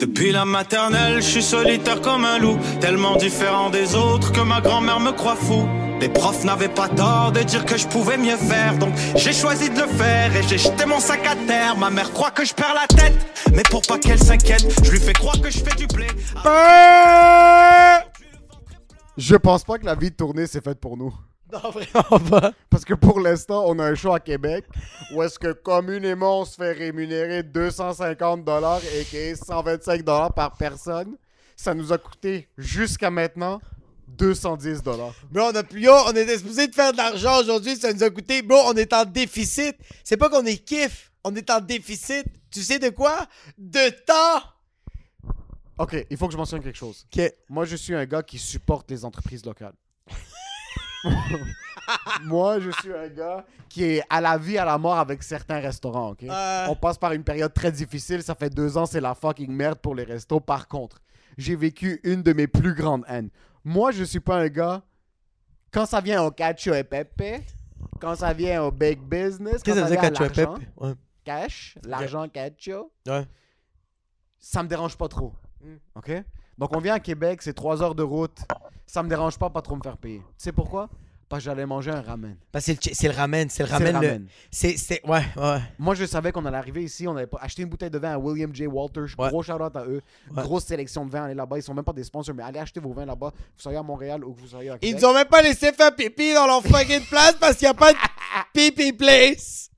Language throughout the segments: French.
Depuis la maternelle, je suis solitaire comme un loup, tellement différent des autres que ma grand-mère me croit fou. Les profs n'avaient pas tort de dire que je pouvais mieux faire, donc j'ai choisi de le faire et j'ai jeté mon sac à terre. Ma mère croit que je perds la tête, mais pour pas qu'elle s'inquiète, je lui fais croire que je fais du blé. Je pense pas que la vie de tournée s'est faite pour nous. Non, vraiment pas. Parce que pour l'instant, on a un show à Québec où est-ce que communément on se fait rémunérer 250 dollars et 125 dollars par personne. Ça nous a coûté jusqu'à maintenant 210 dollars. Bro, on a pu- yo, on était supposé de faire de l'argent aujourd'hui, ça nous a coûté. Bro, on est en déficit. C'est pas qu'on est kiff, on est en déficit. Tu sais de quoi? De temps! Ok, il faut que je mentionne quelque chose. Ok. Moi, je suis un gars qui supporte les entreprises locales. Moi, je suis un gars qui est à la vie, à la mort avec certains restaurants. ok? Euh. On passe par une période très difficile. Ça fait deux ans, c'est la fucking merde pour les restos. Par contre, j'ai vécu une de mes plus grandes haines. Moi, je suis pas un gars. Quand ça vient au cacio et pepe, quand ça vient au big business, quand Qu'est-ce que ça veut dire vient quand tu à as pep? l'argent, Ouais. cash, l'argent cacio, Ouais. Hmm. ça me dérange pas trop. OK? Donc, on vient à Québec, c'est 3 heures de route. Ça me dérange pas pas trop me faire payer. Tu sais pourquoi? Parce que j'allais manger un ramen. Parce que c'est le chi- c'est le ramen, c'est le C'est le ramen. le- ramen. C'est, c'est, ouais, ouais. Moi, je savais qu'on allait arriver ici. On avait pas- acheté une bouteille de vin à William J. Walter. Ouais. Gros shout-out à eux. Ouais. Grosse sélection de vins. Allez là-bas. Ils sont même pas des sponsors, mais allez acheter vos vins là-bas. Que vous soyez à Montréal ou que vous soyez à Ils Québec. nous ont même pas laissé faire pipi dans leur fucking place parce qu'il n'y a pas de pipi place.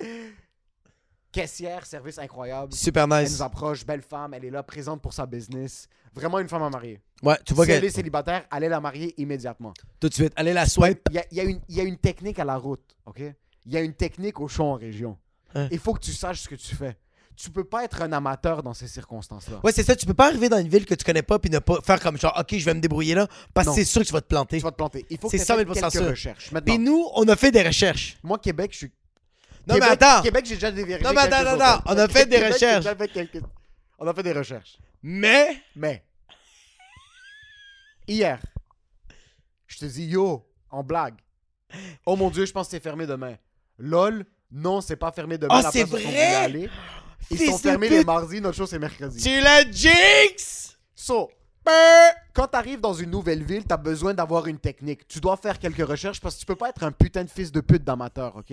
Caissière, service incroyable. Super Elle nice. nous approche, belle femme. Elle est là, présente pour sa business. Vraiment une femme à marier. Ouais, tu vois si elle que est célibataire, allez la marier immédiatement. tout de suite, allez la swipe. Il y a, il y a une- il y a une technique à la route, OK? Il y a une technique au show en région. Hein. Il faut que tu saches ce que tu fais. Tu peux pas être un amateur dans ces circonstances-là. Ouais, c'est ça, tu peux pas arriver dans une ville que tu connais pas puis ne pas faire comme genre, OK, je vais me débrouiller là parce que Non. c'est sûr que tu vas te planter. Tu vas te planter. Il faut que C'est tu 100 000 quelques sûr. recherches. Maintenant, Puis nous, on a fait des recherches. moi, Québec, je suis... Non, Québec, mais attends. Québec, j'ai déjà vérifié Non, mais attends, quelques attends, attends. hôtels. On a fait des Québec, j'ai recherches. déjà fait quelques- On a fait des recherches. Mais. Mais, hier, je te dis, yo, en blague. Oh mon Dieu, je pense que c'est fermé demain. LOL, non, c'est pas fermé demain. Ah, la c'est place où on voulait vrai? aller. Ils Fils sont de fermés pute. les mardis, notre show c'est mercredi. Tu la jinx! So, ben, quand t'arrives dans une nouvelle ville, t'as besoin d'avoir une technique. Tu dois faire quelques recherches parce que tu peux pas être un putain de fils de pute d'amateur, ok?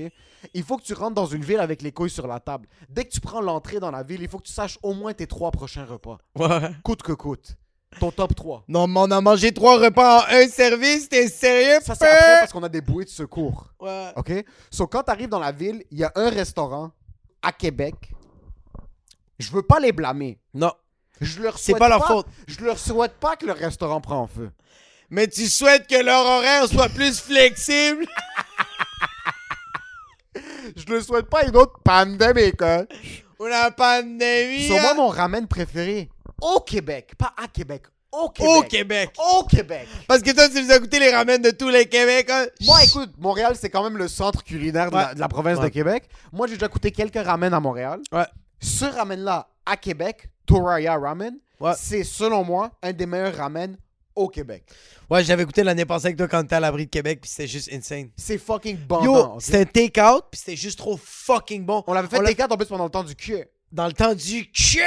Il faut que tu rentres dans une ville avec les couilles sur la table. Dès que tu prends l'entrée dans la ville, il faut que tu saches au moins tes trois prochains repas. Ouais. Coûte que coûte. Ton top 3. Non, mais on a mangé trois repas en un service, t'es sérieux? Ça, c'est Euh. après parce qu'on a des bouées de secours. Ouais. OK? So, quand t'arrives dans la ville, il y a un restaurant à Québec. Je veux pas les blâmer. Non. Je leur C'est souhaite pas leur faute. Je leur souhaite pas que le restaurant prend en feu. Mais tu souhaites que leur horaire soit plus flexible? Je le souhaite pas une autre pandémie, hein. Ou la pandémie? Sur moi, hein? mon ramen préféré au Québec, pas à Québec, au Québec. Au Québec. Au Québec. Parce que toi, tu nous as goûté les ramen de tous les Québec. hein? Moi, écoute, Montréal, c'est quand même le centre culinaire de, Ouais. la, de la province Ouais. de Québec. Moi, j'ai déjà goûté quelques ramen à Montréal. Ouais. Ce ramen-là, à Québec, Toraya Ramen, Ouais. c'est selon moi un des meilleurs ramen au Québec. Ouais, j'avais goûté l'année passée avec toi quand t'étais à l'abri de Québec, puis c'était juste insane. C'est fucking bon. Yo, c'était un take-out, puis c'était juste trop fucking bon. On l'avait fait des cartes en plus pendant le temps du cul. dans le temps du cul.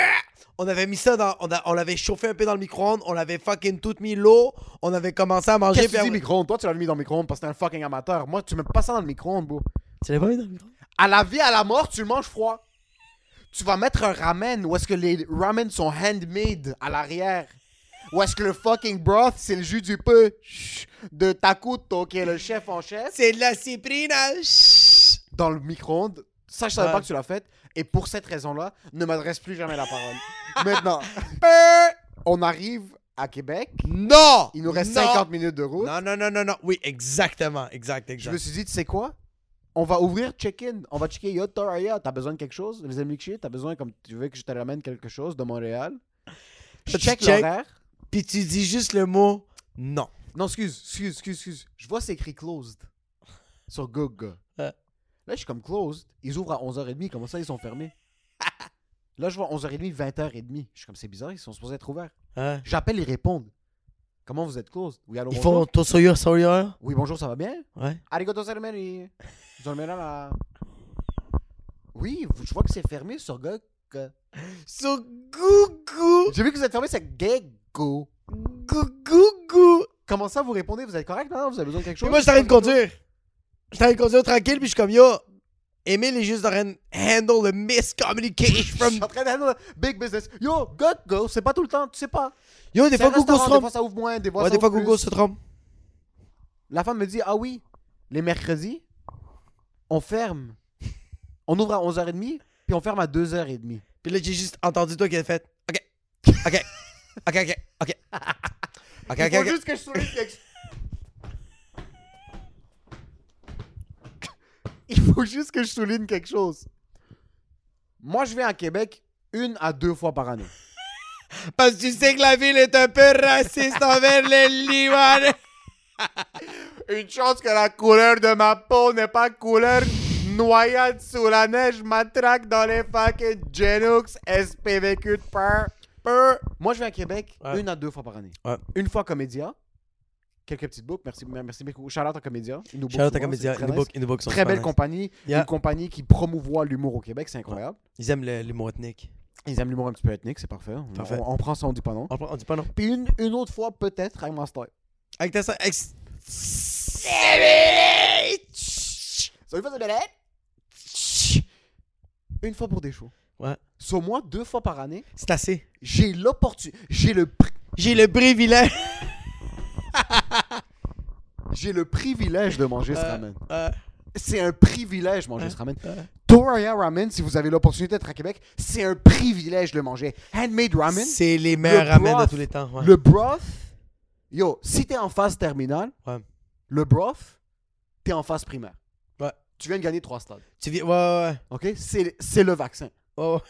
On avait mis ça dans. On, a- on l'avait chauffé un peu dans le micro-ondes. On l'avait fucking tout mis l'eau. On avait commencé à manger. Qu'est-ce puis que tu dis après- micro-ondes? Toi, tu l'avais mis dans le micro-ondes parce que t'es un fucking amateur. Moi, tu mets pas ça dans le micro-ondes, bro. Tu l'as pas mis dans le micro? À la vie, à la mort, tu le manges froid. Tu vas mettre un ramen où est-ce que les ramen sont handmade à l'arrière. Où est-ce que le fucking broth, c'est le jus du peu chut, de Takuto, qui est le chef en chef, C'est de la cyprina. Chut. dans le micro-ondes. Ça, je savais Ouais. pas que tu l'as fait. Et pour cette raison-là, ne m'adresse plus jamais la parole. Maintenant, on arrive à Québec. Non! Il nous reste Non! 50 minutes de route. Non, non, non, non, non. Oui, exactement. Exact, Je exact. me suis dit, tu sais quoi? On va ouvrir check-in. On va checker Yo Toraya. T'as besoin de quelque chose? Les amis tu t'as besoin, comme tu veux que je te ramène quelque chose de Montréal? Je Tu check check. l'horaire. Puis tu dis juste le mot non. Non, excuse, excuse, excuse, excuse. Je vois c'est écrit closed sur Google. Ouais. Là, je suis comme closed. Ils ouvrent à 11h30. Comment ça, ils sont fermés? Là, je vois 11h30, 20h30. Je suis comme, c'est bizarre, ils sont supposés être ouverts. Hein? J'appelle, ils répondent. Comment vous êtes closed? Oui, allô, Ils bonjour. font Tosoyo Sawyer. Oui, bonjour, ça va bien? Ouais. Arigato Sarmeri. là. Oui, vous- je vois que c'est fermé sur Gog. So gougou. J'ai vu que vous êtes fermé sur Gego. Gougou. Comment ça, vous répondez Vous êtes correct Non, vous avez besoin de quelque Puis chose moi, je t'arrête de conduire. Je t'arrête de conduire tranquille. Puis je suis comme yo. Emile est juste en train de handle the miscommunication Je suis from. en train d'aller dans le big business. Yo, Gog, go, c'est pas tout le temps, tu sais pas. Yo, des C'est un fois, Gougou se restaurant, Des fois, trompe. ça ouvre moins, des fois, Ouais, ça des fois, ouvre Gougou plus. se trompe. La femme me dit Ah oui, les mercredis, on ferme. On ouvre à 11h30, puis on ferme à 2h30. Puis là, j'ai juste entendu toi qui as fait. Ok. Ok. Ok, ok, ok. Ok, ok, Il faut ok. juste que je souligne quelque Il faut juste que je souligne quelque chose. Moi, je vais à Québec une à deux fois par année. Parce que tu sais que la ville est un peu raciste envers les Libanais. Une chance que la couleur de ma peau n'est pas couleur noyade sous la neige matraque dans les fucking Genux SPVQ de peur. Peur. Moi, je vais à Québec Ouais. une à deux fois par année. Ouais. Une fois Comédia. Quelques petites books. Merci, merci beaucoup. Charlotte à Comédia. Ils nous bookent Charlotte à souvent, Comédia, c'est très ils nous nice. bookent- ils nous bookent, ils sont Très super belle nice. compagnie. Yeah. Une compagnie qui promouvoit l'humour au Québec. C'est incroyable. Ils aiment le- l'humour ethnique. Ils aiment l'humour un petit peu ethnique. C'est parfait. On- Parfait. On, on prend ça, on dit pas non. On, prend- on dit pas non. Puis une, une autre fois, peut-être, I'm Master. Avec ta sœur. Avec... Salut, Fais de Belette. Une fois pour des shows. Ouais. Sur moi, deux fois par année, C'est assez. j'ai l'opportunité, j'ai le, pri- J'ai le privilège. j'ai le privilège de manger ce Euh, ramen. euh, C'est un privilège manger ce ramen. euh. Toraya Ramen, si vous avez l'opportunité d'être à Québec, c'est un privilège de le manger. Handmade ramen, C'est les meilleurs Le ramen de broth. tous les temps. ouais. le broth. Yo, si t'es en phase terminale, Ouais. le broth, t'es en phase primaire. Ouais. Tu viens de gagner trois stades. Tu viens. Ouais, ouais, Ok, c'est c'est le vaccin. ouais. Ouais, ouais.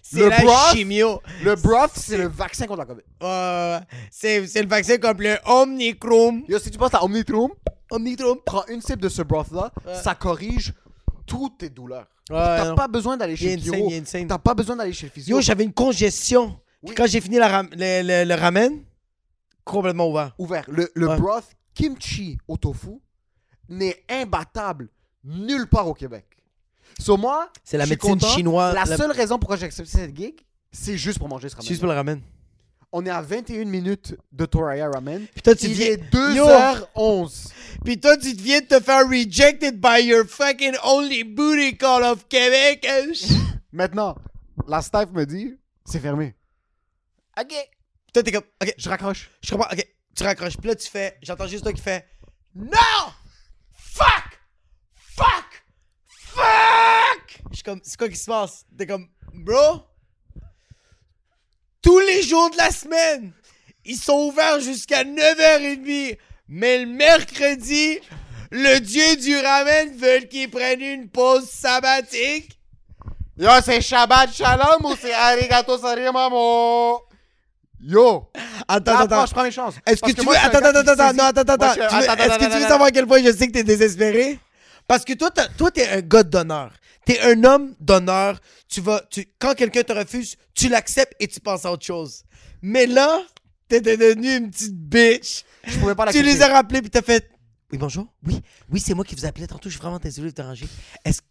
C'est Le la broth. chimio. Le broth, c'est le vaccin contre la COVID. Ouais, ouais, ouais. C'est c'est le vaccin comme le Omnicrom. Yo, si tu passes à Omnitroom, Omnicrom. prends une cible de ce broth-là, ça corrige toutes tes douleurs. Ouais, T'as non. pas besoin d'aller Il chez est le insane, chiro. il est insane. T'as pas besoin d'aller chez le physio. Yo, j'avais une congestion. Puis Oui. Quand j'ai fini la ram- le, le- le ramen, complètement ouvert. Ouvert. Le, le Ouais. broth kimchi au tofu n'est imbattable nulle part au Québec. Sur moi, C'est la je suis médecine content. chinoise, La, la- seule raison pourquoi j'ai accepté cette gig, c'est juste pour manger ce ramen. Juste pour le ramen. On est à 21 minutes de Toraya Ramen. toi, tu Il viens- est Yo! 2h11. Puis toi, tu viens de te faire rejected by your fucking only booty call of Québec. hein? Maintenant, la staff me dit, c'est fermé. ok. Toi, t'es comme, ok, Je raccroche. je comprends, ok. Tu raccroches. Puis là, tu fais, j'entends juste toi qui fais, non! Fuck! Fuck! Fuck! Je suis comme, c'est quoi qui se passe? T'es comme, bro? Tous les jours de la semaine, ils sont ouverts jusqu'à 9h30. Mais le mercredi, le dieu du ramen veut qu'ils prennent une pause sabbatique. Yo, c'est Shabbat Shalom ou c'est Arigato Sarimamo? Yo! Attends, Là, attends. je prends mes chances. Est-ce que Parce tu moi, je veux. suis un Attends, gars attends, qui attends, saisit- non, attends, attends, Moi, je suis- Tu veux- attends, Est-ce que attends, tu veux attends, savoir à quel point je sais que t'es désespéré? Parce que toi, t'as- toi, t'es un gars d'honneur. T'es un homme d'honneur. Tu vas. Tu, quand quelqu'un te refuse, tu l'acceptes et tu penses à autre chose. Mais là, t'es devenu une petite bitch. Je pouvais pas Tu l'accepter. les as rappelés puis t'as fait. Oui, bonjour. Oui, oui, c'est moi qui vous appelais tantôt. Je suis vraiment désolé de vous déranger. Est-ce que-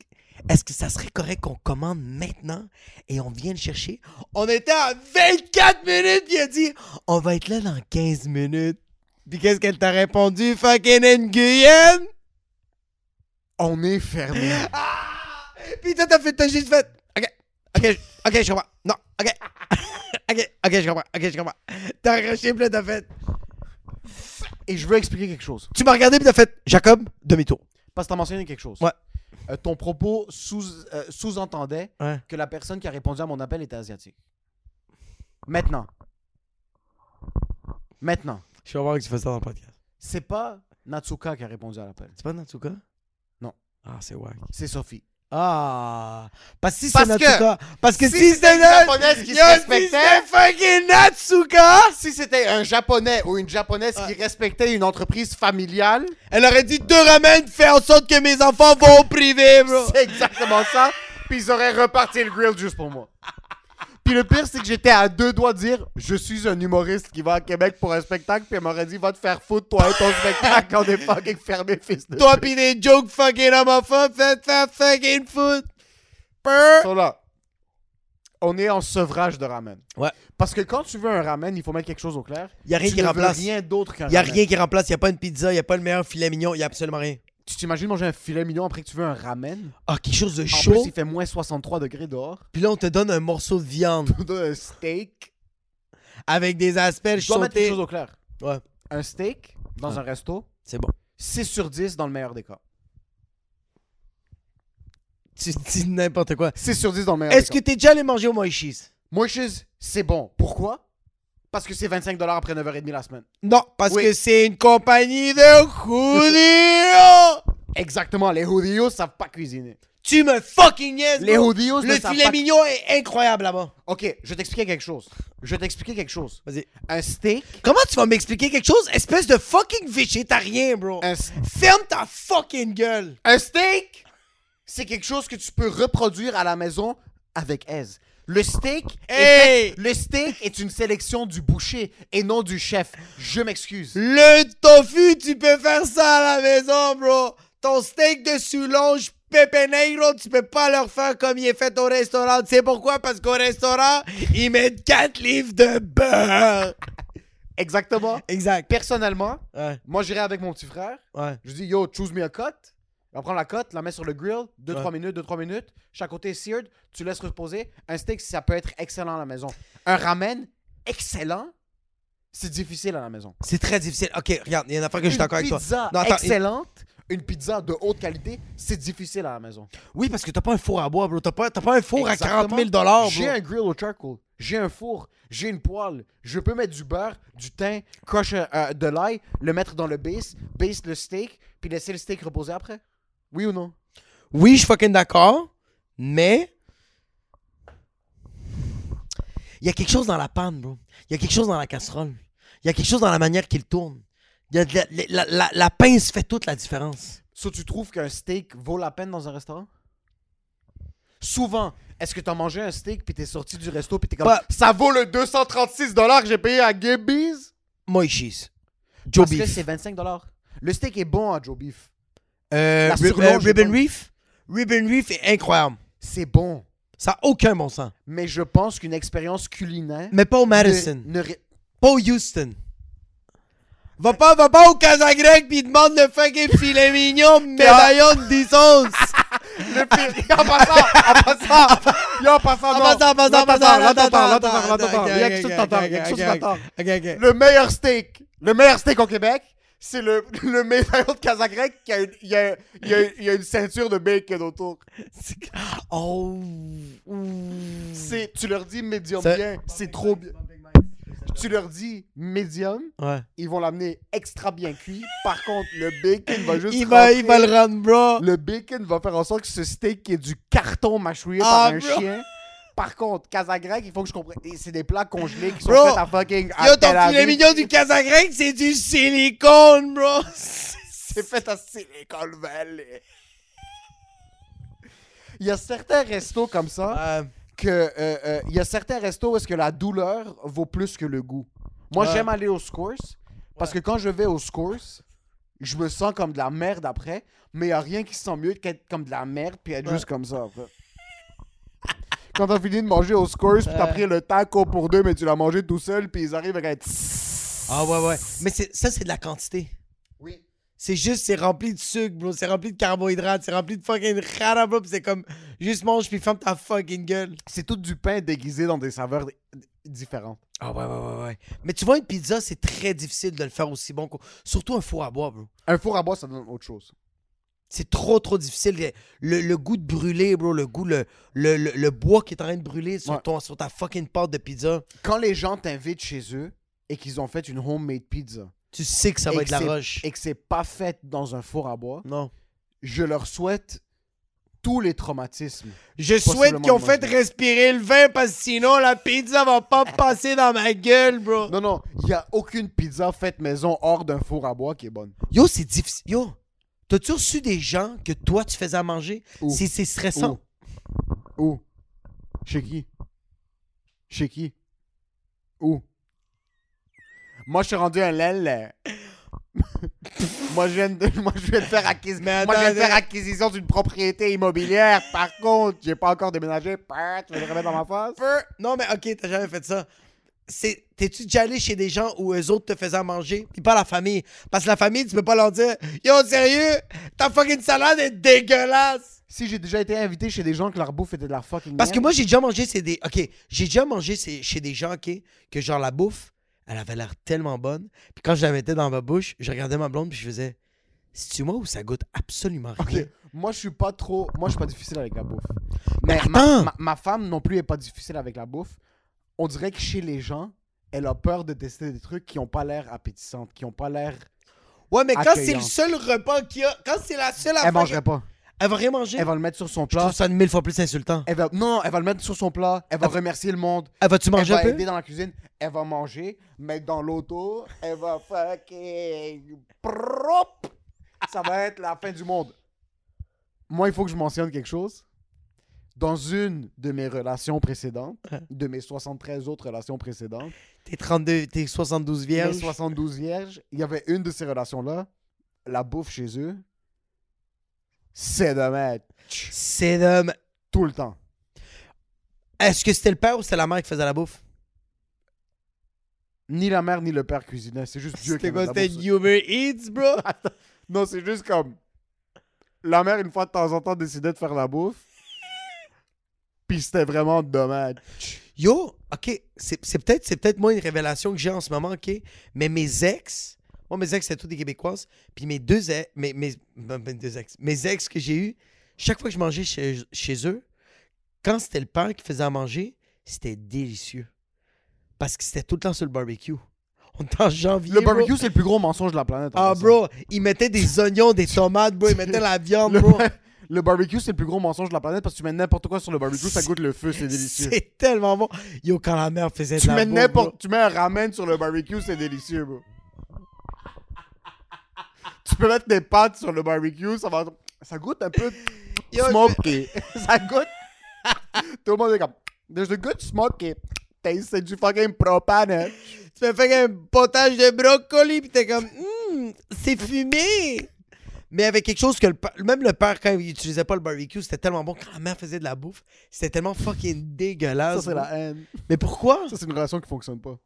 est-ce que ça serait correct qu'on commande maintenant et on vient le chercher? On était à 24 minutes, puis il a dit On va être là dans 15 minutes. Puis qu'est-ce qu'elle t'a répondu, fucking Nguyen? On est fermé. Puis toi, t'as fait, t'as juste fait. Ok, ok, je- ok, je comprends. Non, ok. ok, ok, je comprends. Ok, je comprends. T'as arraché, puis là, t'as fait. Et je veux expliquer quelque chose. Tu m'as regardé, puis t'as fait. Jacob, demi-tour. Parce que t'as mentionné quelque chose. Ouais. Euh, ton propos sous, euh, sous-entendait Ouais. que la personne qui a répondu à mon appel était asiatique. Maintenant. Maintenant. Je suis voir que tu fais ça dans le podcast. C'est pas Natsuka qui a répondu à l'appel. C'est pas Natsuka? Non. Ah, c'est wack. C'est Sophie. Ah! Parce que si c'est Parce Natsuka. Parce que si, c'est une Natsuka. japonaise qui se Yo, si c'est respectait, fucking Natsuka! si c'était un japonais ou une japonaise qui respectait une entreprise familiale, Elle aurait dit deux ramènes, fais en sorte que mes enfants vont au privé, bro! c'est exactement ça. Puis ils auraient reparti le grill juste pour moi. Puis le pire, c'est que j'étais à deux doigts de dire Je suis un humoriste qui va à Québec pour un spectacle. Puis elle m'aurait dit Va te faire foutre, toi et ton spectacle. On est fucking fermé, fils de. Toi pis des jokes fucking homophobes, faites faire fucking foot! Ils sont là. On est en sevrage de ramen. Ouais. Parce que quand tu veux un ramen, il faut mettre quelque chose au clair. Y a rien Tu qui ne veux remplace. rien d'autre qu'un Y a ramen. rien qui remplace, y a pas une pizza, y a pas le meilleur filet mignon, y a absolument rien. Tu t'imagines manger un filet mignon après que tu veux un ramen Ah, quelque chose de En chaud. plus, il fait moins 63 degrés dehors. Puis là, on te donne un morceau de viande Un steak. avec des asperges Je dois mettre quelque sautées. chose au clair. Ah. Ouais, Un steak dans Ouais. un resto, c'est bon. 6 sur 10 dans le meilleur des cas. Tu dis n'importe quoi. 6 sur 10 dans le meilleur Est-ce que des cas. t'es déjà allé manger au Moïshi's? Moishes, c'est bon. Pourquoi? Parce que c'est 25 après 9h30 la semaine. Non, parce Oui. que c'est une compagnie de coudillons! Exactement, les Judíos savent pas cuisiner. Tu me fucking yes! Les Judíos ne Le savent filet pas... mignon est incroyable là-bas. Ok, je vais t'expliquer quelque chose. Je vais t'expliquer quelque chose. Vas-y. Un steak... Comment tu vas m'expliquer quelque chose? Espèce de fucking végétarien, bro. Un, s- Ferme ta fucking gueule. un steak, c'est quelque chose que tu peux reproduire à la maison avec aise. Le steak, Hey! est fait- le steak est une sélection du boucher et non du chef. Je m'excuse. Le tofu, tu peux faire ça à la maison, bro. Ton steak de soulonge, pepe negro, tu peux pas leur faire comme il est fait au restaurant. Tu sais pourquoi? Parce qu'au restaurant, ils mettent 4 livres de beurre. Exactement. Exact. Personnellement, Ouais, moi j'irai avec mon petit frère. ouais. Je lui dis, yo, choose me a cut. On prend la cote, la met sur le grill, 2-3 Ouais. minutes, 2-3 minutes. Chaque côté est seared, tu laisses reposer. Un steak, ça peut être excellent à la maison. Un ramen, excellent, c'est difficile à la maison. C'est très difficile. Ok, regarde, il y a une affaire que je suis une d'accord avec toi. pizza Non, attends, excellente, une... pizza de haute qualité, c'est difficile à la maison. Oui, parce que t'as pas un four à bois, bro. T'as pas, t'as pas un four à 40 000 bro. J'ai un grill au charcoal, j'ai un four, j'ai une poêle. Je peux mettre du beurre, du thym, crush euh, euh, de l'ail, le mettre dans le base, base le steak, puis laisser le steak reposer après. Oui ou non? Oui, je suis fucking d'accord, mais. Il y a quelque chose dans la panne, bro. Il y a quelque chose dans la casserole. Il y a quelque chose dans la manière qu'il tourne. Il y a de la, la- la- la pince fait toute la différence. So, tu trouves qu'un steak vaut la peine dans un restaurant? Souvent, est-ce que t'as mangé un steak puis t'es sorti du resto puis t'es comme Ouais. ça vaut le 236 dollars que j'ai payé à Gibby's? Moïchis. Joe Parce que Beef. c'est 25 dollars. Le steak est bon à Joe Beef. Euh, la Rib- surlonge, euh, j'ai Ribbon pas- Reef. Ribbon Reef est incroyable. C'est bon, Ça n'a aucun bon sens. mais je pense qu'une expérience culinaire Mais pas au ne- Madison. ne ré- Pas au Houston. Va pas, va pas au Casa Grec pis demande le fucking filet mignon médaillon de 10 onces. Ah, Le pire- en passant, en passant, yo, en passant, non. En passant, en passant, Là, t'attends, en passant, là, attends, t'attends, là, attends, t'attends, là, attends, t'attends. ok, Il y a quelque chose ok, qui t'attend, ok, il y a quelque chose ok, qui t'attend. ok, ok. Le meilleur steak, le meilleur steak au Québec, c'est le, le médaillon de Casa Grecque qui a une, il y a, il y a- il y a une ceinture de bacon autour. Oh. C'est, tu leur dis médium Ça- bien, c'est trop bien. Tu leur dis médium, Ouais. ils vont l'amener extra bien cuit. Par contre, le bacon va juste Il va, rentrer. il va le rendre, bro. Le bacon va faire en sorte que ce steak qui est du carton mâchouillé par Ah, un bro. chien. Par contre, casa grecque, il faut que je comprenne. Et C'est des plats congelés qui sont Bro, faits à fucking. à Yo, ton Tel Aviv. filet mignon du Casa Grec, c'est du silicone, bro. C'est fait à Silicon Valley. Il y a certains restos comme ça Ouais. que. euh, euh, il y a certains restos où est-ce que la douleur vaut plus que le goût. Moi, Ouais. j'aime aller au Scores parce que quand je vais au Scores, je me sens comme de la merde après, mais il a rien qui se sent mieux qu'être comme de la merde puis être juste comme ça après. Quand t'as fini de manger au Scores, puis t'as Ouais. pris le taco pour deux, mais tu l'as mangé tout seul, puis ils arrivent avec un... Ah, ouais, ouais. Mais c'est- ça, c'est de la quantité. Oui. C'est juste, c'est rempli de sucre, bro. C'est rempli de carbohydrates. C'est rempli de fucking rara, bro. Puis c'est comme, juste mange puis ferme ta fucking gueule. C'est tout du pain déguisé dans des saveurs d- d- différentes. Ah ouais, ouais, ouais, ouais. Mais tu vois, une pizza, c'est très difficile de le faire aussi bon. qu'au- Surtout un four à bois, bro. Un four à bois, ça donne autre chose. C'est trop, trop difficile. Le, le goût de brûler, bro. Le goût, le, le, le, le bois qui est en train de brûler sur, Ouais. ton, sur ta fucking pâte de pizza. Quand les gens t'invitent chez eux et qu'ils ont fait une homemade pizza Tu sais que ça va Et être de la que c'est- roche. et que c'est pas fait dans un four à bois, Non. je leur souhaite tous les traumatismes. Je souhaite Possiblement qu'ils ont le fait manger. respirer le vin parce que sinon la pizza va pas passer dans ma gueule, bro. Non, non, il n'y a aucune pizza faite maison hors d'un four à bois qui est bonne. Yo, c'est difficile. Yo, t'as-tu reçu des gens que toi tu faisais à manger? Où? C'est c'est stressant. Où Chez qui Chez qui Où Moi, je suis rendu un lel. moi, je viens de, moi, je viens de faire, acquis- Mais moi, je viens de attends, faire acquisition d'une propriété immobilière. Par contre, j'ai pas encore déménagé. Pah, Tu veux le remettre dans ma face Peu- Non, mais ok, t'as jamais fait ça. C'est- T'es-tu déjà allé chez des gens où eux autres te faisaient à manger, puis pas la famille? Parce que la famille, tu peux pas leur dire Yo, sérieux, ta fucking salade est dégueulasse! Si j'ai déjà été invité chez des gens que leur bouffe était de la fucking Parce que merde, moi, j'ai déjà mangé chez des. Ok, j'ai déjà mangé chez chez des gens, ok, que genre la bouffe, elle avait l'air tellement bonne. Puis quand je la mettais dans ma bouche, je regardais ma blonde, puis je faisais C'est-tu moi ou ça goûte absolument rien? Ok, Moi, je suis pas trop. Moi, je suis pas difficile avec la bouffe. Mais Mais ma, attends! ma- ma femme non plus est pas difficile avec la bouffe. On dirait que chez les gens, elle a peur de tester des trucs qui ont pas l'air appétissantes, qui ont pas l'air. Ouais, mais quand c'est le accueillante. seul repas qu'il y a, quand c'est la seule affaire. Elle mangerait pas. Elle va rien manger. Elle va le mettre sur son Ah, Je plat. trouve ça mille fois plus insultant. Elle va... Non, elle va le mettre sur son plat. Elle va Elle- remercier le monde. Elle va-tu Elle manger va un aider peu? dans la cuisine. Elle va manger, mettre dans l'auto. Elle va fucking. Propre. Ça va être la fin du monde. Moi, il faut que je mentionne quelque chose. Dans une de mes relations précédentes, de mes 73 autres relations précédentes, T'es 32, t'es 72 mes vierges. 72 vierges, il y avait une de ces relations-là, la bouffe chez eux, c'est de match. C'est de... Tout le temps. Est-ce que c'était le père ou c'était la mère qui faisait la bouffe? Ni la mère ni le père cuisinaient, c'est juste Dieu qui C'était avait quoi? de la C'était bouffe. Uber Eats, bro? Non, c'est juste comme. La mère, une fois de temps en temps, décidait de faire la bouffe. Puis c'était vraiment dommage. Yo, ok, c'est c'est peut-être c'est peut-être moi une révélation que j'ai en ce moment, ok? Mais mes ex, moi mes ex c'est toutes des Québécoises, puis mes deux ex, mes, mes, ben, ben, deux ex, mes ex que j'ai eu, chaque fois que je mangeais chez, chez eux, quand c'était le père qui faisait à manger, c'était délicieux. Parce que c'était tout le temps sur le barbecue. On était en janvier. Le bro. barbecue, c'est le plus gros mensonge de la planète. en Ah, passant. bro, ils mettaient des oignons, des tomates, bro, ils mettaient la viande, Le, bro. le barbecue, c'est le plus gros mensonge de la planète parce que tu mets n'importe quoi sur le barbecue, ça goûte le feu, c'est délicieux. C'est tellement bon. Yo, quand la mère faisait Tu de la mets, bouffe, n'importe, tu mets un ramen sur le barbecue, c'est délicieux, bro. tu peux mettre des pâtes sur le barbecue, ça va. Ça goûte un peu Yo, je- smoky. ça goûte. Tout le monde est comme. There's a good smoky. Taste, c'est du fucking propane. hein. Tu me fais un potage de brocoli, pis t'es comme, Hum, c'est fumé! Mais avec quelque chose que le pa- même le père, quand il utilisait pas le barbecue, c'était tellement bon. Quand la mère faisait de la bouffe, c'était tellement fucking Ça, dégueulasse. c'est bro. la haine. Mais pourquoi? Ça, c'est une relation qui fonctionne pas.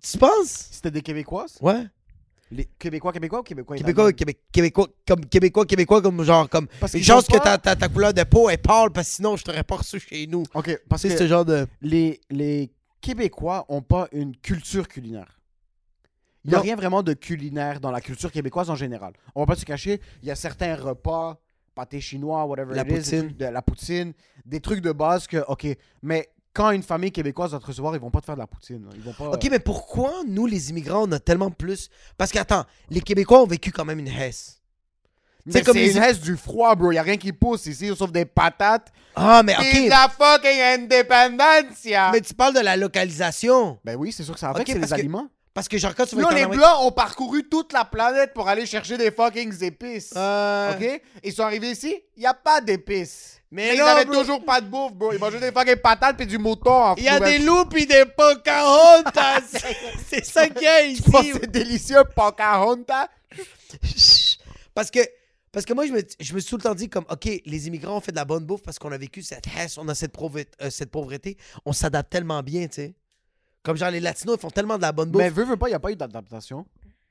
Tu penses? C'était des Québécoises Ouais. Les Québécois, Québécois ou Québécois Québécois, italiens? Québec- Québécois, comme Québécois, Québécois, comme genre, comme. Parce une qu'ils chance ont que pas- ta, ta- ta couleur de peau est pâle, parce que sinon, je t'aurais pas reçu chez nous. Ok, parce que C'est ce genre de. les, les Québécois ont pas une culture culinaire. Il n'y a Non. rien vraiment de culinaire dans la culture québécoise en général. On va pas se cacher, il y a certains repas, pâté chinois, whatever La it is, des poutine. trucs de la poutine, des trucs de base que, ok, mais quand une famille québécoise va te recevoir, ils vont pas te faire de la poutine. Ils vont pas. Ok, mais pourquoi nous, les immigrants, on a tellement plus. Parce qu'attends, les Québécois ont vécu quand même une hesse. Mais c'est c'est comme comme les- une reste du froid, bro. Il y a rien qui pousse ici, sauf des patates. Ah, mais Puis de ok. la fucking indépendance. Mais tu parles de la localisation. Ben oui, c'est sûr que ça affecte Ok, c'est les parce que- aliments. Parce que genre quand tu vas Non, être en les Amérique- Blancs ont parcouru toute la planète pour aller chercher des fucking épices. Euh, OK? Ils sont arrivés ici, il n'y a pas d'épices. Mais Mais, ils non, avaient bro. toujours pas de bouffe, bro. Ils mangeaient des fucking patates et du mouton en Il y a des nouvelle- loups pis des Pocahontas. c'est ça qu'il y a ici. Je pense que c'est délicieux, Pocahontas. Parce que parce que moi je me je me suis tout le temps dit comme OK, les immigrants ont fait de la bonne bouffe parce qu'on a vécu cette hesse, on a cette pauvreté, euh, cette pauvreté, on s'adapte tellement bien, tu sais. Comme genre les latinos ils font tellement de la bonne bouffe. Mais veux, veux pas, il n'y a pas eu d'adaptation.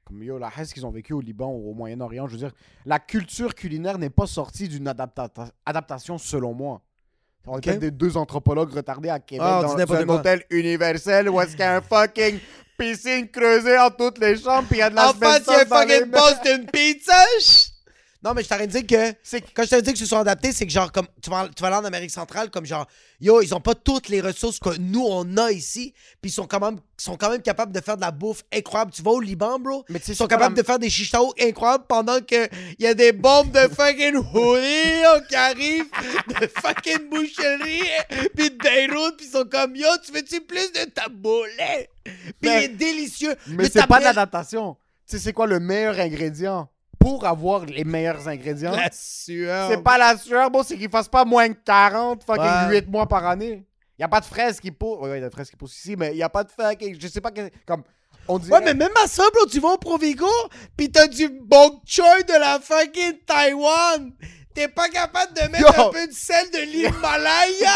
Comme yo, la haine qu'ils ont vécu au Liban ou au Moyen-Orient, je veux dire, la culture culinaire n'est pas sortie d'une adapta- adaptation selon moi. On Ok. était des deux anthropologues retardés à Québec Ah, on dans, dit dans n'importe un quoi. hôtel universel où est-ce qu'il y a un fucking piscine creusée en toutes les chambres puis il y a de la En face, il y a un fucking Boston Pizza! chut. Non, mais je t'arrête de dire que. Quand je t'ai dit que ce sont adaptés, c'est que genre, comme tu vas, tu vas aller en Amérique centrale, comme genre, yo, ils ont pas toutes les ressources que nous, on a ici, puis ils sont quand même, ils sont quand même capables de faire de la bouffe incroyable. Tu vas au Liban, bro? Mais tu sais, ils sont c'est quoi capables la- de faire des chichtaos incroyables pendant que il y a des bombes de fucking hoodie qui arrivent, de fucking boucherie, puis de Beyrouth, puis ils sont comme, yo, tu veux-tu plus de taboulet? Puis Mais- il est délicieux. Mais Le c'est pas de taboulé- l'adaptation. Tu sais, c'est quoi le meilleur ingrédient pour avoir les meilleurs ingrédients? La sueur. C'est pas la sueur, bon, c'est qu'il fasse pas moins de 40 fucking Ouais. 8 mois par année. Y a pas de fraises qui poussent. Ouais, ouais, y a des fraises qui poussent ici, mais y a pas de fucking. Je sais pas que. Comme. On dit. Ouais, mais même à ça, bro, tu vas au Provigo, pis t'as du bok choy de la fucking Taïwan. T'es pas capable de mettre Yo. un peu de sel de l'Himalaya.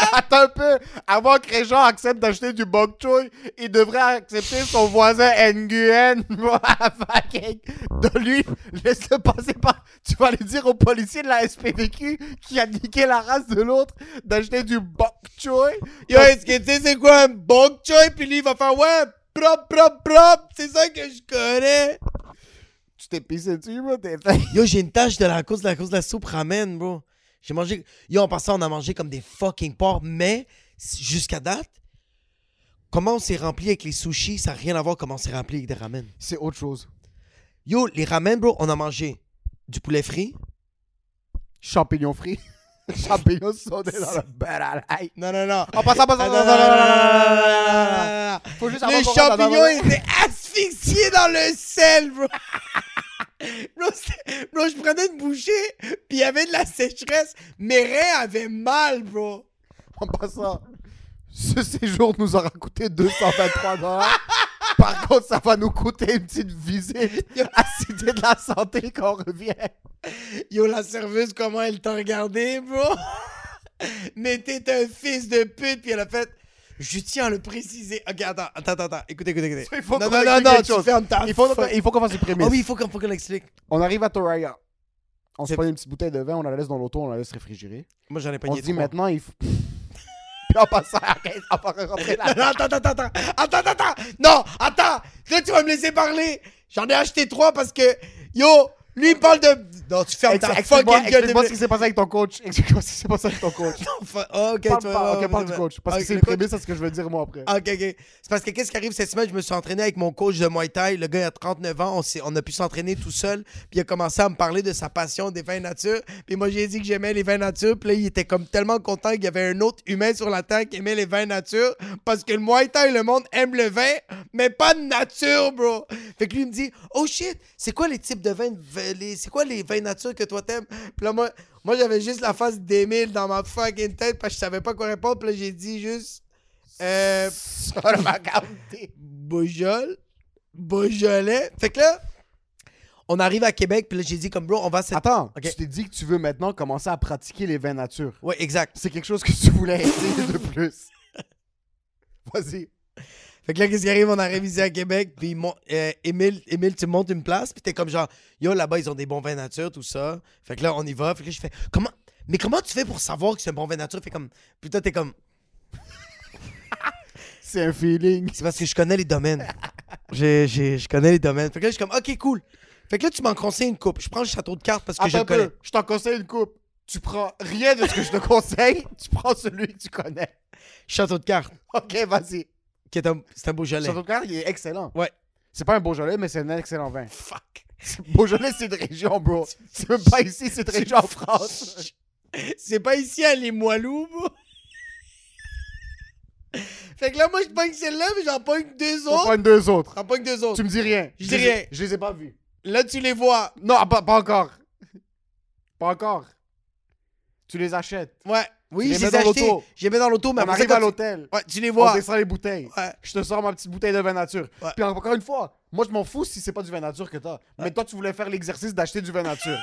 Attends un peu. Avant que Réjean accepte d'acheter du bok choy, il devrait accepter son voisin Nguyen. fucking. De lui, laisse-le passer par. Tu vas aller dire au policier de la SPVQ qui a niqué la race de l'autre d'acheter du bok choy. Yo, est-ce que tu sais c'est quoi un bok choy? Pis lui, il va faire, ouais, propre, propre, propre. C'est ça que je connais. Tu t'es pissé dessus, moi, t'es Yo, j'ai une tache de la cause de la cause de la soupe ramen, bro. J'ai mangé. Yo, en passant, on a mangé comme des fucking porcs, mais s- jusqu'à date, comment on s'est rempli avec les sushis, ça n'a rien à voir comment on s'est rempli avec des ramen. C'est autre chose. Yo, les ramen, bro, on a mangé du poulet frit. champignons frits. champignons sautés dans le beurre à l'ail. Non, non, non. En passant, passant, non, Non, non, non, non, non, non, non, non, non, non. Faut juste Les champignons ils étaient asphyxiés dans le sel, bro. bro, c'est- bro, je prenais une bouchée, puis il y avait de la sécheresse. Mes reins avaient mal, bro. En passant, ce séjour nous aura coûté 223 dollars. Par contre, ça va nous coûter une petite visite à Cité de la Santé quand on revient. Yo, la serveuse, comment elle t'a regardé, bro? Mais t'es un fils de pute, puis elle a fait. Je tiens à le préciser. Ok, attends, attends, attends, attends. Écoutez, écoutez, écoutez. Il faut non, qu'on non, non, explique non, quelque tu chose. fermes ta Il faut, fuck- il faut qu'on fasse une prémisse. Ah oui, il faut qu'on faut qu'on l'explique. On arrive à Toraya. On se C'est- prend une petite bouteille de vin, on la laisse dans l'auto, on la laisse réfrigérer. Moi, j'en ai pas on se dit maintenant, il faut. Puis en passant, arrête, on va rentrer là. Non, attends, attends, attends, attends, attends, attends. non, attends, là tu vas me laisser parler. J'en ai acheté trois parce que, yo, lui il parle de... Non, tu fermes ta Ex- Explique-moi fucking gueule de... explique-moi ce qui s'est passé avec ton coach. Explique-moi ce qui s'est passé avec ton coach. Enfin, ok, parle, tu vas- pas- ouais, ok, parle du ouais, coach. Parce ouais, que c'est le une coach- prémisse à ce que je veux dire moi après. Ah, Ok, ok. C'est parce que qu'est-ce qui arrive cette semaine? Je me suis entraîné avec mon coach de Muay Thai. Le gars, il a 39 ans. On, s'est- on a pu s'entraîner tout seul. Puis il a commencé à me parler de sa passion des vins nature. Puis moi, j'ai dit que j'aimais les vins nature. Puis là, il était comme tellement content qu'il y avait un autre humain sur la terre qui aimait les vins nature. Parce que le Muay Thai, le monde aime le vin, mais pas de nature, bro. Fait que lui, il me dit, oh shit, c'est quoi les types de vins? de- les- C'est quoi les vins nature que toi t'aimes? Puis là, moi, moi j'avais juste la face d'Émile dans ma fucking tête parce que je savais pas quoi répondre. Puis là, j'ai dit juste. Euh, Beaujol. Beaujolais. Fait que là, on arrive à Québec, puis là, j'ai dit comme bro, on va se. Attends, Ok. tu t'es dit que tu veux maintenant commencer à pratiquer les vins nature. Ouais, exact. C'est quelque chose que tu voulais essayer de plus. Vas-y. Fait que là, qu'est-ce qui arrive? On arrive ici à Québec, puis mon- euh, Émile, Émile, tu montes une place, puis t'es comme genre, yo, là-bas, ils ont des bons vins nature, tout ça. Fait que là, on y va. Fait que là, je fais, comment. Mais comment tu fais pour savoir que c'est un bon vin nature? Fait comme. Puis toi, t'es comme. C'est un feeling. C'est parce que je connais les domaines. J'ai- j'ai- je connais les domaines. Fait que là, je suis comme, ok, cool. Fait que là, tu m'en conseilles une coupe. Je prends le château de cartes parce que je Attends le un connais. peu, je t'en conseille une coupe. Tu prends rien de ce que je te conseille, tu prends celui que tu connais. Château de cartes, Ok, vas-y. qui est un, c'est un Beaujolais. Château de Cartes, il est excellent. Ouais. C'est pas un Beaujolais, mais c'est un excellent vin. Fuck. Beaujolais, c'est de région, bro. C'est même pas ici, c'est de région en France. C'est pas ici hein, à Limoilou, moi. fait que là, moi, je pogne celle-là, mais j'en pogne deux On autres. prends deux autres. J'en pogne deux autres. Tu me dis rien. Ah, Je dis les ai- rien. Je les ai pas vus. Là, tu les vois. Non, ah, pas, pas encore. Pas encore. Tu les achètes. Ouais. Oui, les je mets les ai dans achetés. l'auto. Je les mets dans l'auto, mais On après arrive à ça, quand tu- l'hôtel. Ouais, tu les On vois. descend les bouteilles. Ouais. Je te sors ma petite bouteille de vin nature. Ouais. Puis encore une fois, moi je m'en fous si c'est pas du vin nature que t'as. Mais toi tu voulais faire l'exercice d'acheter du vin nature.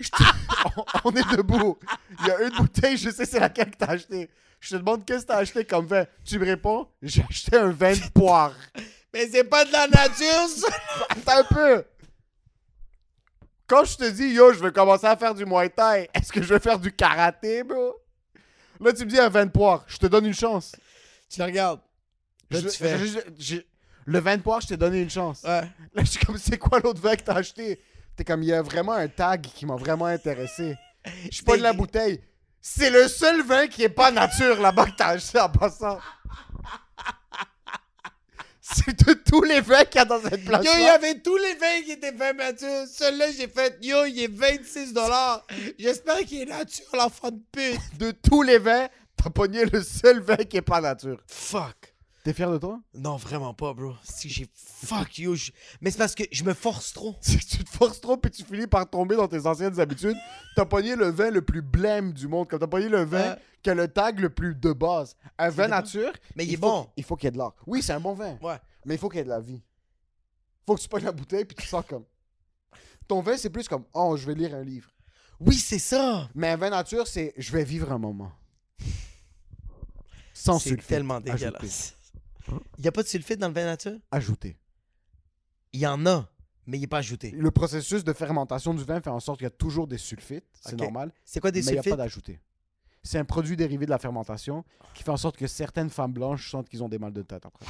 Je te- on, on est debout. Il y a une bouteille, je sais c'est laquelle que t'as acheté. Je te demande qu'est-ce que t'as acheté comme vin. Tu me réponds, j'ai acheté un vin de poire. Mais c'est pas de la nature, ça! Attends un peu. Quand je te dis, yo, je veux commencer à faire du Muay Thai, est-ce que je veux faire du karaté, bro? Là, tu me dis un 20 de poire, je te donne une chance. Tu le regardes. Là, Je- tu fais. je- je- je- le 20 de poire, je t'ai donné une chance. Ouais. Là, je suis comme, c'est quoi l'autre vin que t'as acheté? T'es comme, il y a vraiment un tag qui m'a vraiment intéressé. Je suis pas de la bouteille. C'est le seul vin qui est pas nature là-bas que t'as acheté en passant. C'est de tous les vins qu'il y a dans cette place. Yo, il y avait tous les vins qui étaient faits nature. Celui-là, j'ai fait, yo, il est 26 J'espère qu'il est nature, l'enfant de pute. De tous les vins, t'as pogné le seul vin qui est pas nature. Fuck. T'es fier de toi? Non, vraiment pas, bro. Si j'ai. Fuck, yo. je- Mais c'est parce que je me force trop. C'est que tu te forces trop et tu finis par tomber dans tes anciennes habitudes. T'as pogné le vin le plus blême du monde. Comme t'as pogné le vin Ouais. qui a le tag le plus de base. Un vin nature. Mais il Euh. est faut- bon. Il faut qu'il y ait de l'art. Oui, c'est un bon vin. Ouais. Mais il faut qu'il y ait de la vie. Faut que tu pognes la bouteille puis tu sens comme. Ton vin, c'est plus comme Oh, je vais lire un livre. Oui, c'est ça. Mais un vin nature, c'est Je vais vivre un moment. Sans C'est sulfite. Hein? tellement Ajouté. dégueulasse. Il n'y a pas de sulfite dans le vin nature? Ajouté. Il y en a, mais il n'est pas ajouté. Le processus de fermentation du vin fait en sorte qu'il y a toujours des sulfites. C'est Ok. normal. C'est quoi des mais il n'y a sulfites? pas d'ajouté. C'est un produit dérivé de la fermentation qui fait en sorte que certaines femmes blanches sentent qu'ils ont des mal de tête après.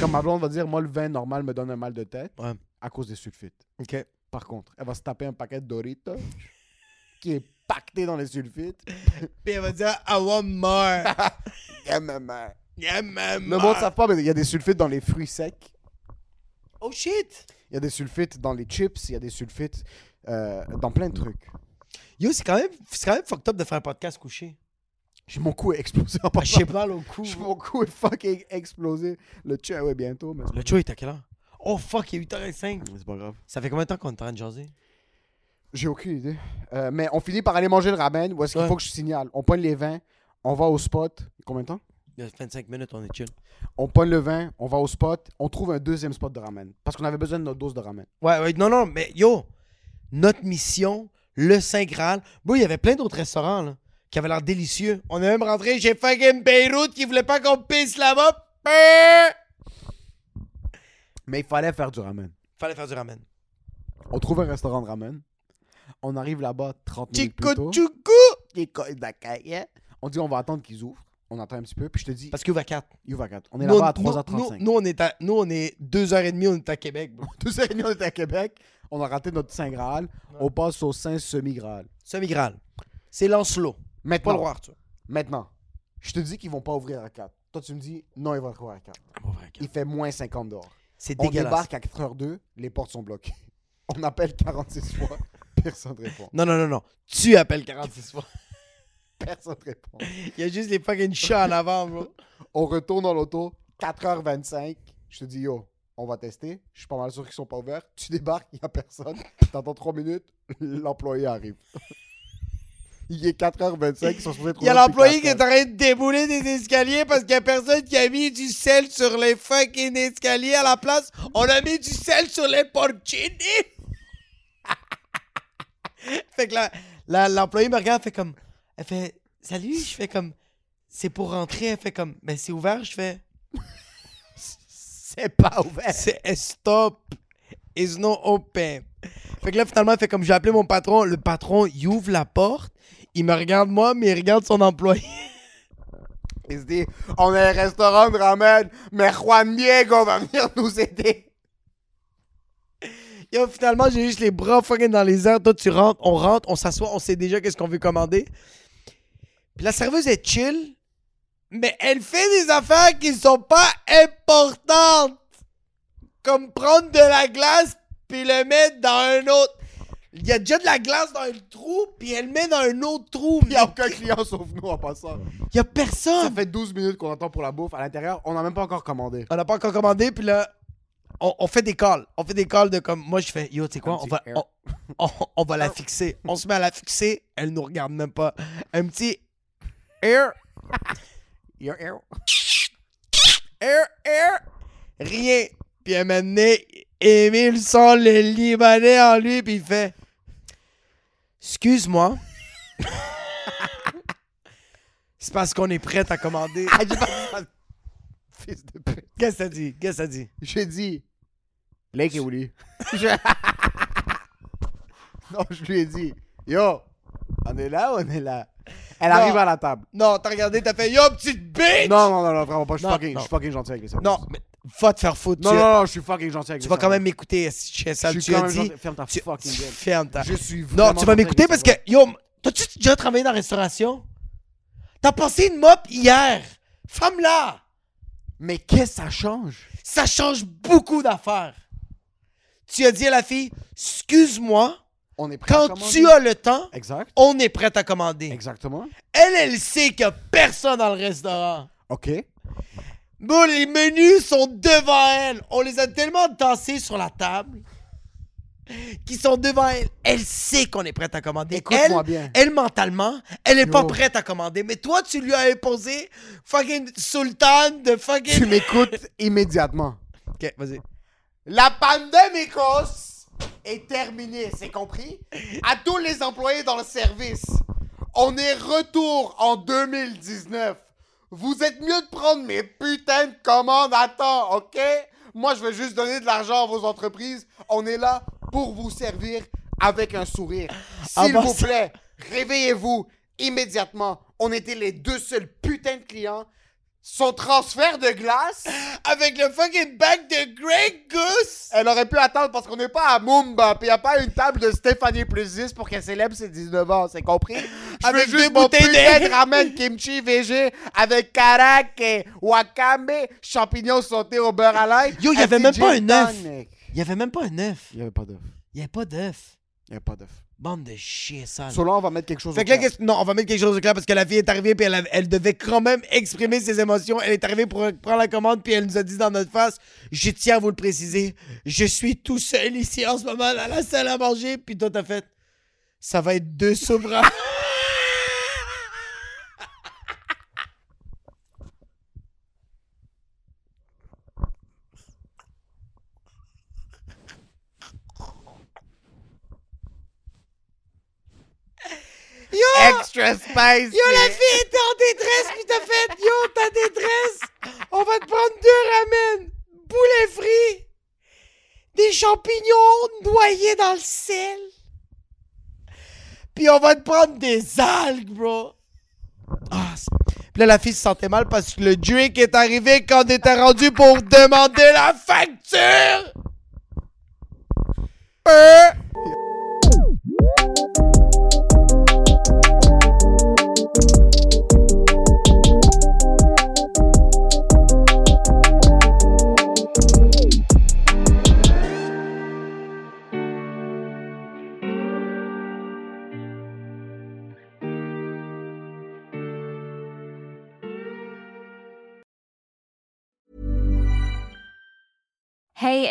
Comme ma blonde va dire, moi le vin normal me donne un mal de tête Ouais. à cause des sulfites. Ok. Par contre, elle va se taper un paquet de Doritos qui est pacté dans les sulfites. Puis elle va dire, I want more. Yeah, ma mère. Yeah, man, Le more. monde ne savent pas, mais il y a des sulfites dans les fruits secs. Oh shit. Il y a des sulfites dans les chips. Il y a des sulfites euh, dans plein de trucs. Yo, c'est quand même, c'est quand même fucked up de faire un podcast couché. Ah, J'ai mon cou est explosé en J'ai passant. mal au cou. Mon Oh, cou est fucking explosé. Le chat, ouais, bientôt. Mais c'est Le show est à quelle heure? Oh fuck, il est 8h05. pas- c'est pas grave. Ça fait combien de temps qu'on est en train de jaser? J'ai aucune idée. Euh, mais on finit par aller manger le ramen ou est-ce qu'il Ouais. faut que je signale? On pogne les vins, on va au spot. Combien de temps? Il y a 25 minutes, on est chill. On pogne le vin, on va au spot, on trouve un deuxième spot de ramen. Parce qu'on avait besoin de notre dose de ramen. Ouais, ouais, non, non, mais yo, notre mission, le Saint Graal. Bro, il y avait plein d'autres restaurants, là, qui avaient l'air délicieux. On est même rentré chez fucking Beyrouth qui voulait pas qu'on pisse là-bas. Peuh! Mais il fallait faire du ramen. Fallait faire du ramen. On trouve un restaurant de ramen. On arrive là-bas 30 minutes plus Chico tôt. Chuku! Chico Izakaya. On dit on va attendre qu'ils ouvrent. On attend un petit peu. Puis je te dis, Parce qu'il ouvre à 4. il ouvre à 4. On est Nous, là-bas à nous- Nous, 3h35. nous, on est à, nous, on est 2h30, on est à Québec. bro. Tous réunis, on était à Québec. On a raté notre Saint Graal. On passe au Saint Semi-Graal. Semi Graal. C'est Lancelot. Pas Maintenant, le roi Arthur. Maintenant, je te dis qu'ils vont pas ouvrir à 4. Toi, tu me dis, non, ils vont ouvrir à 4. Il fait moins 50 dehors. C'est On dégueulasse. débarque à 4h02, les portes sont bloquées. On appelle 46 fois, personne ne répond. Non, non, non, non. Tu appelles 46 fois. Personne ne répond. Il y a juste les fucking chats en avant, bro. On retourne dans l'auto, 4h25. Je te dis, yo, on va tester. Je suis pas mal sûr qu'ils sont pas ouverts. Tu débarques, il n'y a personne. T'attends 3 minutes, l'employé arrive. Il est 4h25, ils sont supposés Il y a l'employé qui est en train de débouler des escaliers parce qu'il y a personne qui a mis du sel sur les fucking escaliers à la place. On a mis du sel sur les porcini. fait que la- la- l'employé me regarde, fait comme. Elle fait Salut, je fais comme. C'est pour rentrer. Elle fait comme. Mais c'est ouvert, je fais. C'est pas ouvert. C'est stop. It's not open. Fait que là, finalement, fait comme j'ai appelé mon patron. Le patron, il ouvre la porte. Il me regarde moi, mais il regarde son employé. Il se dit, on a un restaurant de ramen, mais Juan Diego va venir nous aider. Yo, finalement, j'ai juste les bras fucking dans les airs. Toi, tu rentres, on rentre, on s'assoit, on sait déjà qu'est-ce qu'on veut commander. Puis la serveuse est chill, mais elle fait des affaires qui sont pas importantes. Comme prendre de la glace puis le mettre dans un autre. Il y a déjà de la glace dans un trou, puis elle met dans un autre trou. Il n'y a aucun client sauf nous en passant. Il y a Ça personne. fait 12 minutes qu'on attend pour la bouffe à l'intérieur, on n'a même pas encore commandé. On n'a pas encore commandé, puis là, on, on fait des calls. On fait des calls de comme, moi, je fais, yo, tu sais quoi, on petit va, air. Ah. on, on- on va la fixer. On se met à la fixer, elle nous regarde même pas. Un petit air, Yo, yo. air, air, rien. Puis à un moment donné, Émile sent le Libanais en lui, puis il fait, excuse-moi. C'est parce qu'on est prêt à commander. Ah, j'ai pas- Fils de pute. Qu'est-ce que ça dit? Qu'est-ce que ça dit? J'ai dit, Lake et Willy. Je- non, je lui ai dit, yo, on est là ou on est là? Elle Non. arrive à la table. Non, t'as regardé, t'as fait Yo, petite bitch! Non, non, non, non, vraiment pas. Je suis Non, fucking, non. je suis fucking gentil avec les services. Non, mais va te faire foutre. non, tu, non, non, je suis fucking gentil avec tu les vas quand services. même m'écouter si tu es sale. Je suis Tu quand as même dit. gentil. Ferme ta tu- fucking gueule. Ferme ta. Je suis Non, vraiment tu vas gentil m'écouter avec les parce que, yo, t'as-tu déjà travaillé dans la restauration? T'as passé une mop hier! Femme-là! Mais qu'est-ce que ça change? Ça change beaucoup d'affaires. Tu as dit à la fille, excuse-moi, On est prêt à quand commander. tu as le Oh. temps, Exact. on est prête à commander. Exactement. Elle, elle sait qu'il n'y a personne dans le restaurant. OK. Bon, les menus sont devant elle. On les a tellement tassés sur la table qu'ils sont devant elle. Elle sait qu'on est prête à commander. Écoute-moi elle, bien. Elle, mentalement, elle n'est pas Yo. prête à commander. Mais toi, tu lui as imposé fucking sultan de Tu fucking... m'écoutes immédiatement. Ok, vas-y. La pandémie est terminée, c'est compris? À tous les employés dans le service, on est retour en 2019. Vous êtes mieux de prendre mes putains de commandes à temps, ok? Moi, je veux juste donner de l'argent à vos entreprises. On est là pour vous servir avec un sourire. S'il Ah, bah, vous ça- plaît, réveillez-vous immédiatement. On était les deux seuls putains de clients. Son transfert de glace Avec le fucking bac de Grey Goose. elle aurait pu attendre parce qu'on n'est pas à Mumba, puis il n'y a pas une table de Stéphanie plus 10 pour qu'elle célèbre ses 19 ans, c'est compris? Je veux Avec juste deux mon bouteilles putain de- de ramen kimchi VG avec karake, wakame, champignons sautés au beurre à l'ail. Yo, il y un avait petit même pas gin un œuf. tonic. Il n'y avait même pas un œuf. Il n'y avait pas d'œuf. Il n'y avait pas d'œuf. Il n'y avait pas d'œuf. Bande de chiens sales. Sur là, on va mettre quelque chose Fait au que là, clair. qu'est-ce- non, on va mettre quelque chose de clair parce que la fille est arrivée puis elle, a- elle devait quand même exprimer ses émotions. Elle est arrivée pour prendre la commande puis elle nous a dit dans notre face Je tiens à vous le préciser, je suis tout seul ici en ce moment dans la salle à manger. Puis toi, t'as fait Ça va être deux sobras. Yo! Extra spice! Yo, la fille était en détresse, puis t'as fait Yo, ta détresse, on va te prendre deux ramen, poulet frit, des champignons noyés dans le sel, puis on va te prendre des algues, bro. Ah, c'est- puis là, la fille se sentait mal parce que le drink est arrivé quand on était rendu pour demander la facture. Euh. Hey,